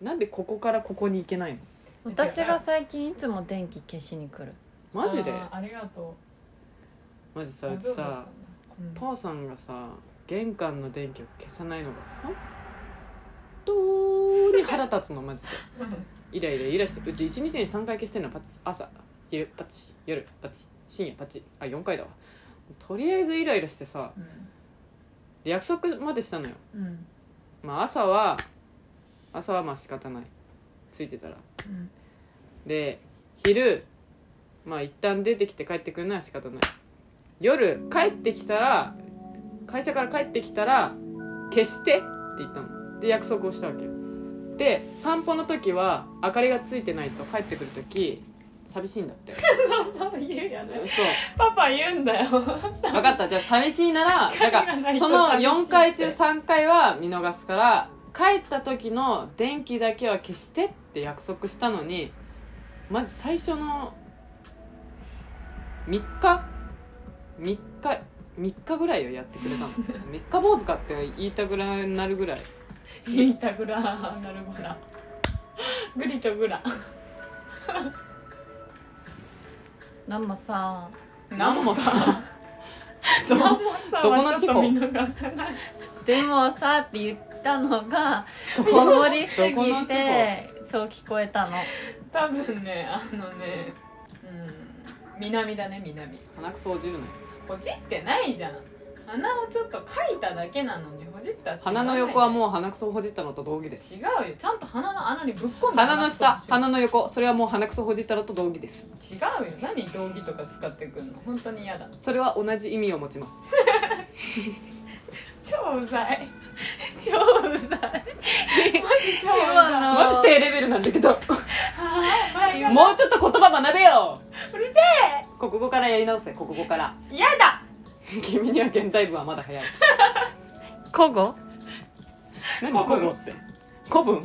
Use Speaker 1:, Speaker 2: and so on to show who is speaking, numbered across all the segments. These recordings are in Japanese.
Speaker 1: なんでここからここに行けないの
Speaker 2: 私が最近いつも電気消しに来る
Speaker 1: マジで
Speaker 3: あーありがと
Speaker 1: マジ
Speaker 3: う
Speaker 1: さうちさ
Speaker 3: うん
Speaker 1: 父さんがさ玄関の電気を消さないのが本当に腹立つのマジでイライライラしてうち1日に3回消してるのパチ朝昼パチ夜パチ深夜パチあ4回だわとりあえずイライラしてさで約束までしたのよ
Speaker 3: うんうん
Speaker 1: まあ朝は朝はまあ仕方ないついてたら
Speaker 3: うん
Speaker 1: で昼まあ一旦出てきて帰ってくるのは仕方ない夜帰ってきたら会社から帰ってきたら消してって言ったので約束をしたわけよで散歩の時は明かりがついてないと帰ってくる時寂しいんだって
Speaker 3: そうそう言うよ
Speaker 1: そう
Speaker 3: ねパパ言うんだよ
Speaker 1: 分かったじゃあ寂しい ならだ
Speaker 3: 光
Speaker 1: か
Speaker 3: がな
Speaker 1: ら
Speaker 3: い
Speaker 1: そ
Speaker 3: と
Speaker 1: の
Speaker 3: 寂しいって
Speaker 1: 4回中3回は見逃すから帰った時の電気だけは消してって約束したのにまず最初の3日3日3日ぐらいをやってく れたの3日坊主かって言いたくらいになるぐらい
Speaker 3: 言いたぐらなるぐらぐりとぐら
Speaker 2: でもさ
Speaker 1: なんもさど
Speaker 3: ど
Speaker 1: う
Speaker 3: こ
Speaker 1: どこの
Speaker 3: の
Speaker 1: 地
Speaker 3: 地
Speaker 1: 方
Speaker 3: 方見逃さない
Speaker 2: でもさって言ったの が
Speaker 1: ど
Speaker 2: こもりす
Speaker 1: どこ
Speaker 2: ぎ
Speaker 1: の地方
Speaker 2: てそう聞こえたの
Speaker 3: 多分ねあのねうん南だね南
Speaker 1: 鼻くそ落ちるのよ
Speaker 3: ほじってないじゃん鼻をちょっとかいただけなのにほじったって
Speaker 1: 鼻の横は
Speaker 3: う
Speaker 1: もう鼻くそをほじったのと同義です
Speaker 3: 違うよちゃんと鼻の穴にぶっ込んだ
Speaker 1: 鼻の下鼻の横それはもう鼻くそほじったのと同義です
Speaker 3: 違うよ何道義とか使ってくんの本当に嫌だ
Speaker 1: それは同じ意味を持ちます
Speaker 3: 超うざい 超うざいマジ超う
Speaker 2: あ
Speaker 3: ざい
Speaker 2: ー
Speaker 1: マジ低レベルなんだけど
Speaker 3: 前が
Speaker 1: もうちょっと言葉学べよ
Speaker 3: うる
Speaker 1: 国語からやり直せ国語から
Speaker 3: せえ嫌だ
Speaker 1: 君には現代文はまだ早い
Speaker 2: 古語
Speaker 3: 古
Speaker 1: 何
Speaker 3: 文
Speaker 1: 古語って古文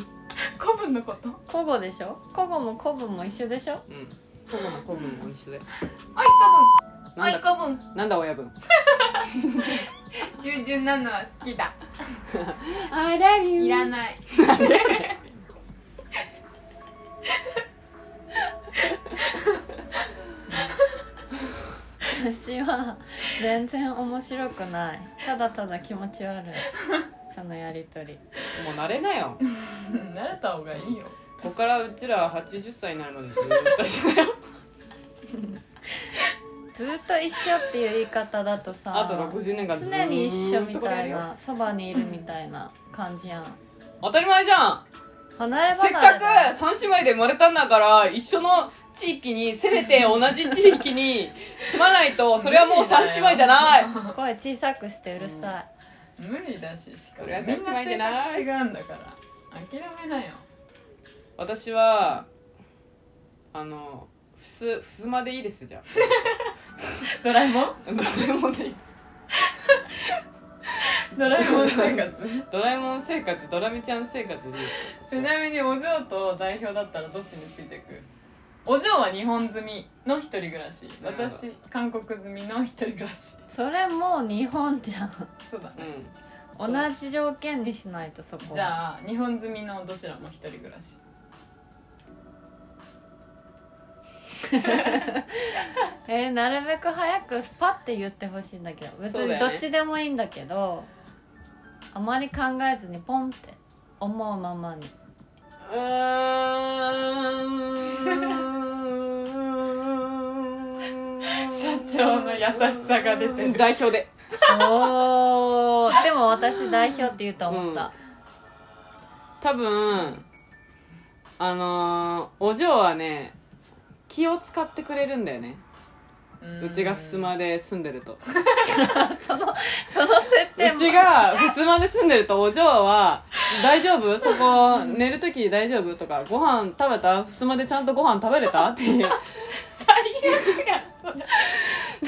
Speaker 3: 古文のこと
Speaker 2: 古語でしょ古語も古文も一緒でしょ
Speaker 1: うん古語も古文も一緒で
Speaker 3: おい古文お
Speaker 1: なん
Speaker 3: い
Speaker 1: だ
Speaker 3: 古文
Speaker 1: なんだ親分
Speaker 3: 従順なのは好きだ
Speaker 1: I love
Speaker 3: い
Speaker 1: you
Speaker 3: らない
Speaker 2: 私は全然面白くないただただ気持ち悪 いそのやりとり
Speaker 1: もう慣れなよ
Speaker 3: うん 慣れた方がいいよ
Speaker 1: ここからうちら80歳になるまで ずっと一緒だよ
Speaker 2: ずっと一緒っていう言い方だとさ
Speaker 1: あと60年間ず
Speaker 2: 常に一緒
Speaker 1: ーっ
Speaker 2: み
Speaker 1: とこれや
Speaker 2: た
Speaker 1: る
Speaker 2: い
Speaker 1: よ
Speaker 2: なそばにいるみたいな感じやん
Speaker 1: 当たり前じゃん
Speaker 2: 離れ離
Speaker 1: せっ
Speaker 2: れ
Speaker 1: か
Speaker 2: だよ
Speaker 1: く三姉妹で生まれたんだから一緒の地域にせめて同じ地域に住まないとそれはもう三姉妹じゃない
Speaker 2: 声小さくしてうるさい、
Speaker 3: 無理だししか
Speaker 1: そ
Speaker 3: も
Speaker 1: れは
Speaker 3: みんな性
Speaker 1: 違うんじゃない
Speaker 3: 格違うんだから諦めなよ
Speaker 1: 私はあのふすふすまでいいですじゃ
Speaker 3: ドラえもん
Speaker 1: あ ドラえもんでいい
Speaker 3: ドラえもん生活
Speaker 1: ドラえもん生活ドラミちゃん生活でいいです
Speaker 3: ちなみにお嬢と代表だったらどっちについていくお嬢は日本済みの一人暮らし
Speaker 1: なるほど
Speaker 3: 私韓国済みの一人暮らし
Speaker 2: それもう日本じゃん
Speaker 3: そうだね
Speaker 1: うん
Speaker 2: 同じ条件にしないとそこ
Speaker 3: じゃあ日本済みのどちらも一人暮らし
Speaker 2: えーなるべく早くスパッて言ってほしいんだけど別
Speaker 1: そうだ
Speaker 2: にど
Speaker 1: よね
Speaker 2: っちでもいいんだけど、あまり考えずにポンって思うままに
Speaker 1: うー ん
Speaker 3: 社長の優しさが出てる
Speaker 1: 代表で
Speaker 2: お ーでも私代表って言うと思った、
Speaker 1: 多分あのーお嬢はね気を使ってくれるんだよねうちが
Speaker 3: ま
Speaker 1: 襖で住んでると
Speaker 2: その設定
Speaker 1: うちが襖で住んでるとお嬢は「大丈夫そこ寝る時大丈夫?」とか「ご飯食べた襖でちゃんとご飯食べれた?」っていう
Speaker 3: 最悪やそ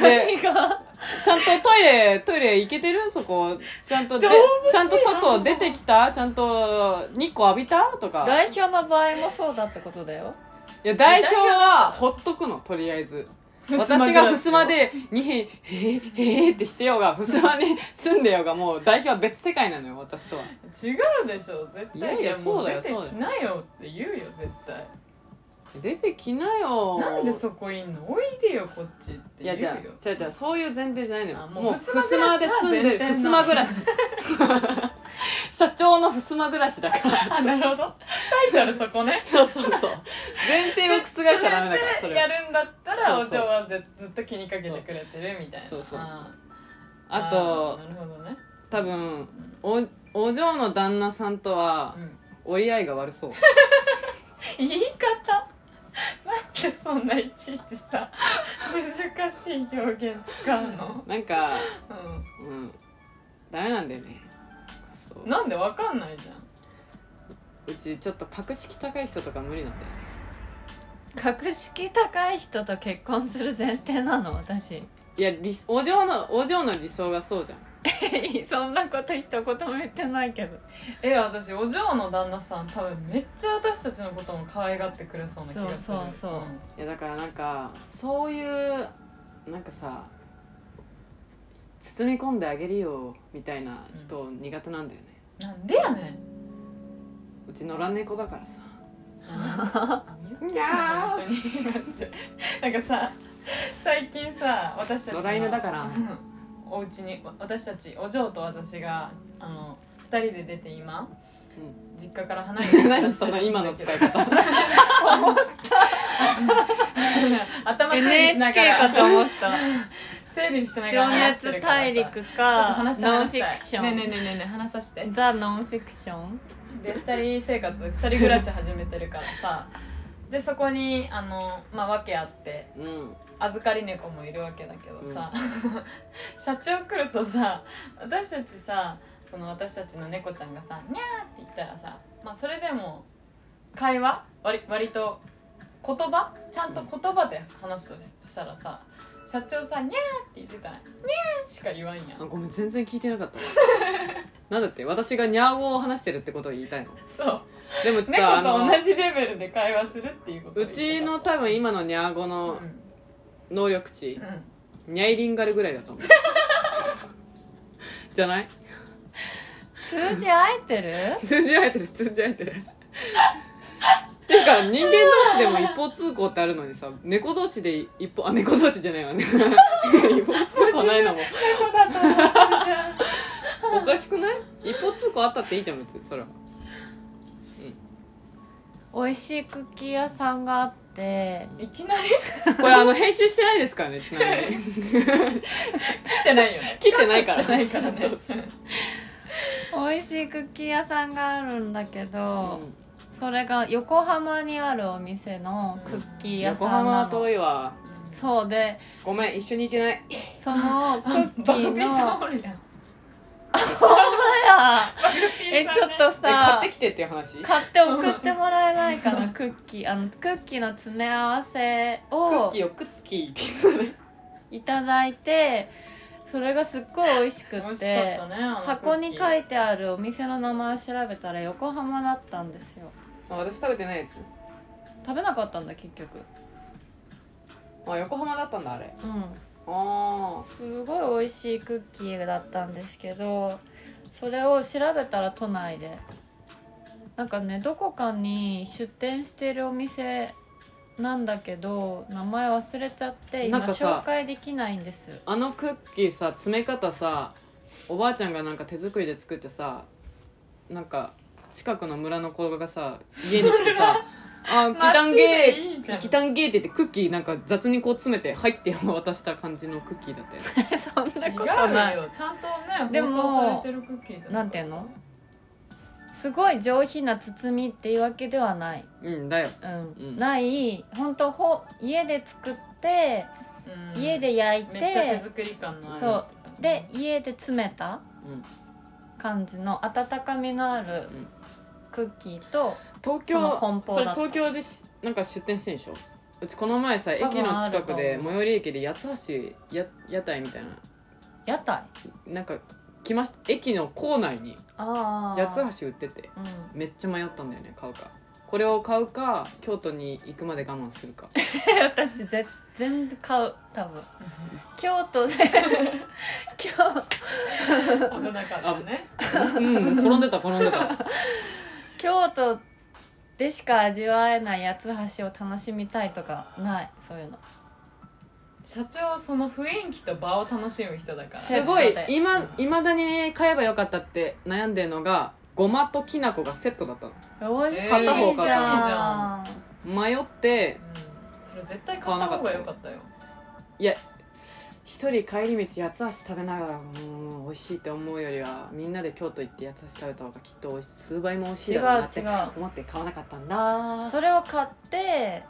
Speaker 3: れ
Speaker 1: で
Speaker 2: 何が
Speaker 1: 「ちゃんとトイレトイレ行けてるそこちゃんとで
Speaker 3: 動物
Speaker 1: ちゃんと外出てきたちゃんと日光浴びた?」とか
Speaker 2: 代表の場合もそうだってことだよ
Speaker 1: いや代表はほっとくのとりあえず 私が
Speaker 3: 襖
Speaker 1: 襖でにへへへへってしてようが襖に住んでようがもう代表は別世界なのよ私とは
Speaker 3: 違うでしょ絶対
Speaker 1: いやい
Speaker 3: も
Speaker 1: やそうだよ
Speaker 3: 出てきなよって言うよ絶対
Speaker 1: 出てきなよ
Speaker 3: なんでそこいんのおいでよこっちって
Speaker 1: い
Speaker 3: 言
Speaker 1: や
Speaker 3: う
Speaker 1: じ
Speaker 3: よ
Speaker 1: ゃあ違う違うそういう前提じゃないのよ
Speaker 3: あもう
Speaker 1: もう
Speaker 3: 襖暮
Speaker 1: 襖
Speaker 3: らし
Speaker 1: で
Speaker 3: は
Speaker 1: 住んでる
Speaker 3: 前提な
Speaker 1: 襖暮らし社長の襖暮らしだか ら
Speaker 3: あなるほどタイトルそこ ね
Speaker 1: そうそうそう前提を覆しちゃダメだからそ
Speaker 3: それ
Speaker 1: れ
Speaker 3: でや
Speaker 1: は
Speaker 3: るんだったら
Speaker 1: そ
Speaker 3: お
Speaker 1: うそう
Speaker 3: 嬢はずずっと気にかけてくれてるみたいな
Speaker 1: そうそう
Speaker 3: あー
Speaker 1: あと
Speaker 3: あーなるほどね
Speaker 1: 多分おお嬢の旦那さんとは
Speaker 3: う
Speaker 1: 折り合いが悪そう
Speaker 3: ん言い方 なんでそんないちいちさ難しい表現使うの、
Speaker 1: なんか
Speaker 3: う、
Speaker 1: うんダメなんだよねそうん
Speaker 3: なんでわかんないじゃん
Speaker 1: うちちょっと格式高い人とか無理なんだよね
Speaker 2: 格式高い人と結婚する前提なの 私
Speaker 1: いや理お嬢のお嬢の理想がそうじゃん
Speaker 2: そんなこと一言も言ってないけど
Speaker 3: え私お嬢の旦那さん多分めっちゃ私たちのことも可愛がってくれそうな気がする
Speaker 2: そうそうそう
Speaker 1: いやだからなんかそういうなんかさ包み込んであげるよみたいな人苦手なんだよね、
Speaker 3: んなんでや ね
Speaker 1: うち野良猫だからさ
Speaker 3: んいや本当にマジでなんかさ最近さ私たちの
Speaker 1: 野良犬だから
Speaker 3: うんお家に私たちお嬢と私があの2人で出て今、
Speaker 1: う
Speaker 3: 実家から離れ て
Speaker 1: 何その今の使い方
Speaker 3: 頭整理しな
Speaker 2: NHK
Speaker 3: が
Speaker 2: からと思った
Speaker 3: 整理しなが
Speaker 2: 情
Speaker 3: ら話して
Speaker 2: 熱
Speaker 3: るからさ
Speaker 2: 大
Speaker 3: ちょ
Speaker 2: 陸
Speaker 3: っと
Speaker 2: か
Speaker 3: 話して
Speaker 2: ノン
Speaker 3: 話し
Speaker 2: フ
Speaker 3: たい
Speaker 2: ィクション、
Speaker 3: ねえねえねえねえ話させて
Speaker 2: ザ・ノンフィクション
Speaker 3: で2人生活2人暮らし始めてるからさでそこにあの、まあ、訳あって
Speaker 1: うん
Speaker 3: 預かり猫もいるわけだけどさ、 社長来るとさ私たちさその私たちの猫ちゃんがさ「にゃー」って言ったらさ、まあ、それでも会話割割と言葉ちゃんと言葉で話すとしたらさ社長さ「にゃー」って言ってたら「にゃー」しか言わんやん
Speaker 1: あごめん全然聞いてなかったわ なんだって私がニャー語を話してるってことを言いたいの
Speaker 3: そう
Speaker 1: でもさ
Speaker 3: 猫
Speaker 1: あ
Speaker 3: と
Speaker 1: の
Speaker 3: 同じレベルで会話するっていうことを言
Speaker 1: う
Speaker 3: って
Speaker 1: ち
Speaker 3: た
Speaker 1: の多分今のニャー語
Speaker 3: う
Speaker 1: の
Speaker 3: ん
Speaker 1: 能力値
Speaker 3: う、ん
Speaker 1: ニャイリンガルぐらいだ と思うじゃない
Speaker 2: 数字合えてる
Speaker 1: 通じ合えてる通じ合えてるていうか人間同士でも一方通行ってあるのにさ猫同士で一方あ猫同士じゃないわ ね一方通行ないのも
Speaker 3: 猫だと思ったじゃん
Speaker 1: おかしくない一方通行あったっていいじゃん別にそれは
Speaker 2: 美味しいクッキー屋さんがあって
Speaker 3: いきなり
Speaker 1: これあの編集してないですからねちなみに
Speaker 3: 切ってないよね
Speaker 1: 切ってないか
Speaker 3: カ
Speaker 1: ら
Speaker 3: ットしてないからね
Speaker 1: そう
Speaker 2: 美味しいクッキー屋さんがあるんだけど、
Speaker 1: うん
Speaker 2: それが横浜にあるお店のクッキー屋
Speaker 1: 横
Speaker 2: さん
Speaker 1: 浜
Speaker 2: な
Speaker 1: は
Speaker 2: の、
Speaker 1: 遠いわ
Speaker 2: そうで
Speaker 1: ごめん一緒に行けない
Speaker 2: そのクッ キ
Speaker 3: バ
Speaker 2: ー
Speaker 3: グピーさん
Speaker 2: の
Speaker 3: おるやん
Speaker 2: えちょっと
Speaker 1: え買
Speaker 2: さ
Speaker 1: ってきてっていう話ク
Speaker 2: 買って送ってもらえないかなクッキーあのクッキーの詰め合わせ
Speaker 1: ッ
Speaker 2: を
Speaker 1: キーをクッキーって言うのね
Speaker 2: いただいてそれがすっごい美味しく
Speaker 3: 美味
Speaker 2: っ
Speaker 3: しかってたねあの
Speaker 2: 箱に書
Speaker 3: て
Speaker 2: いてあるお店の名前を調べたら横浜だったんですよ
Speaker 1: あ私食べてないやつ
Speaker 2: 食べなかったんだ結局
Speaker 1: あ横浜だったんだあれ
Speaker 2: うん
Speaker 1: あ
Speaker 2: すごい美味しいクッキーだったんですけどそれを調べたら都内でなんかねどこかに出店してるお店なんだけど名前忘れちゃって今
Speaker 1: なんかさ
Speaker 2: 紹介できないんです
Speaker 1: ああのクッキーさ詰め方さおばあちゃんがなんか手作りで作ってさなんか近くの村の子がさ家に来てさ「あー
Speaker 3: 街
Speaker 1: きたんげ
Speaker 3: でいいじゃ
Speaker 1: ー
Speaker 3: ん
Speaker 1: きたんげー」って言ってクッキーなんか雑にこう詰めて入って渡した感じのクッキーだったよね
Speaker 2: そんな
Speaker 3: 違
Speaker 2: ことな
Speaker 3: う
Speaker 2: い
Speaker 3: よちゃんとね
Speaker 2: で
Speaker 3: 放
Speaker 2: も
Speaker 3: 送されてるクッキーじゃ
Speaker 2: なんていうのすごい上品な包みっていうわけではない、
Speaker 1: うんだよ
Speaker 2: うん
Speaker 1: うん
Speaker 2: ない本当ほ家で作って
Speaker 3: うん
Speaker 2: 家で焼いて、
Speaker 3: めっちゃ手作り感のある
Speaker 2: そうで家で詰めた
Speaker 1: うん
Speaker 2: 感じの温かみのある
Speaker 1: うん
Speaker 2: クッキーと
Speaker 1: 東
Speaker 2: その
Speaker 1: 京
Speaker 2: 梱包
Speaker 1: それ
Speaker 2: だった
Speaker 1: 東京でしなんか出店してんでしょうちこの前さ駅
Speaker 2: 多分
Speaker 1: の近く
Speaker 2: あ
Speaker 1: で
Speaker 2: ると
Speaker 1: 最寄り駅で八つ橋や屋台みたいな
Speaker 2: 屋台
Speaker 1: なんか来ました駅の構内に
Speaker 2: ああ
Speaker 1: 八つ橋売ってて
Speaker 2: うん、
Speaker 1: めっちゃ迷ったんだよね買うかこれを買うか京都に行くまで我慢するか
Speaker 2: 私絶全部買う 多分京都で 京
Speaker 3: 危なかったね
Speaker 1: うん転んでた転んでた
Speaker 2: 京都でしか味わえない八つ橋を楽しみたいとかないそういうの
Speaker 3: 社長はその雰囲気と場を楽しむ人だから
Speaker 1: すごい今いまだに買えばよかったって悩んでるのがごまときな粉がセットだったの
Speaker 2: 美味しいじ
Speaker 1: 片方片方じ
Speaker 2: ゃ
Speaker 3: ゃ
Speaker 2: ん
Speaker 1: 迷って
Speaker 3: うんそれ絶対買った方がよかったよ
Speaker 1: いや一人帰り道八つ橋食べながらうん美味しいって思うよりはみんなで京都行って八つ橋食べた方がきっと美味しい数倍も美味しい
Speaker 2: 違う
Speaker 1: だろうなって
Speaker 2: 違
Speaker 1: 思って買わなかったんだ
Speaker 2: うそれを買って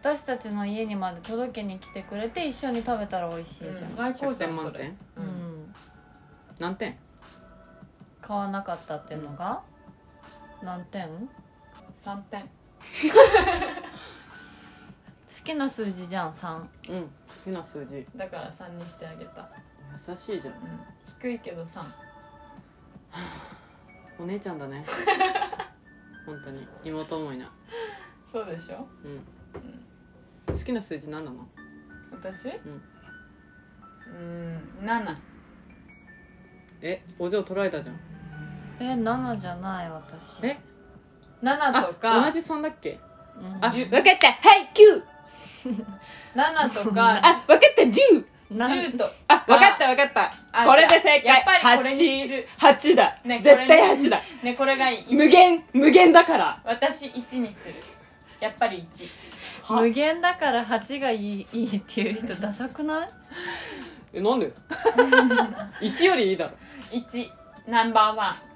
Speaker 2: 私たちの家にまで届けに来てくれて一緒に食べたら美味しいじゃん、
Speaker 3: 最
Speaker 1: 100
Speaker 3: 高じゃ
Speaker 1: 点
Speaker 3: んそ
Speaker 1: 満
Speaker 3: れ
Speaker 1: 点
Speaker 2: うん
Speaker 3: うん
Speaker 1: 何点
Speaker 2: 買わなかったっていうのが、何点好
Speaker 3: 3点
Speaker 2: きな数字じゃん3
Speaker 1: うん好きな数字
Speaker 3: だから3にしてあげた
Speaker 1: 優しいじゃん
Speaker 3: うん低いけど3
Speaker 1: お姉ちゃんだ ね本当に妹思いな
Speaker 3: そうでしょ
Speaker 1: うん好きな数字何なの
Speaker 3: 私
Speaker 1: ん
Speaker 3: うん7
Speaker 1: えお嬢取られたじゃん
Speaker 2: え7じゃない私
Speaker 1: え
Speaker 3: 7と
Speaker 1: 同
Speaker 3: か
Speaker 1: じ3だっけ
Speaker 2: うん
Speaker 1: あ分かったはい9
Speaker 3: 7とか
Speaker 1: あ分かった10
Speaker 2: 10
Speaker 3: 10と
Speaker 1: あ分かった分かった
Speaker 3: あ
Speaker 1: これで正
Speaker 3: じゃあや
Speaker 1: 解
Speaker 3: っぱりこれにす
Speaker 1: 8
Speaker 3: る
Speaker 1: 八だ、
Speaker 3: ね
Speaker 1: 絶対8だ
Speaker 3: ねこれがいい
Speaker 1: 無限無限だから
Speaker 3: 私1にするやっぱり1
Speaker 1: は
Speaker 2: 無限だから8がいいいいっていう人ダサくない
Speaker 1: えなんで一よりいいだろ
Speaker 3: 1ナンバーワン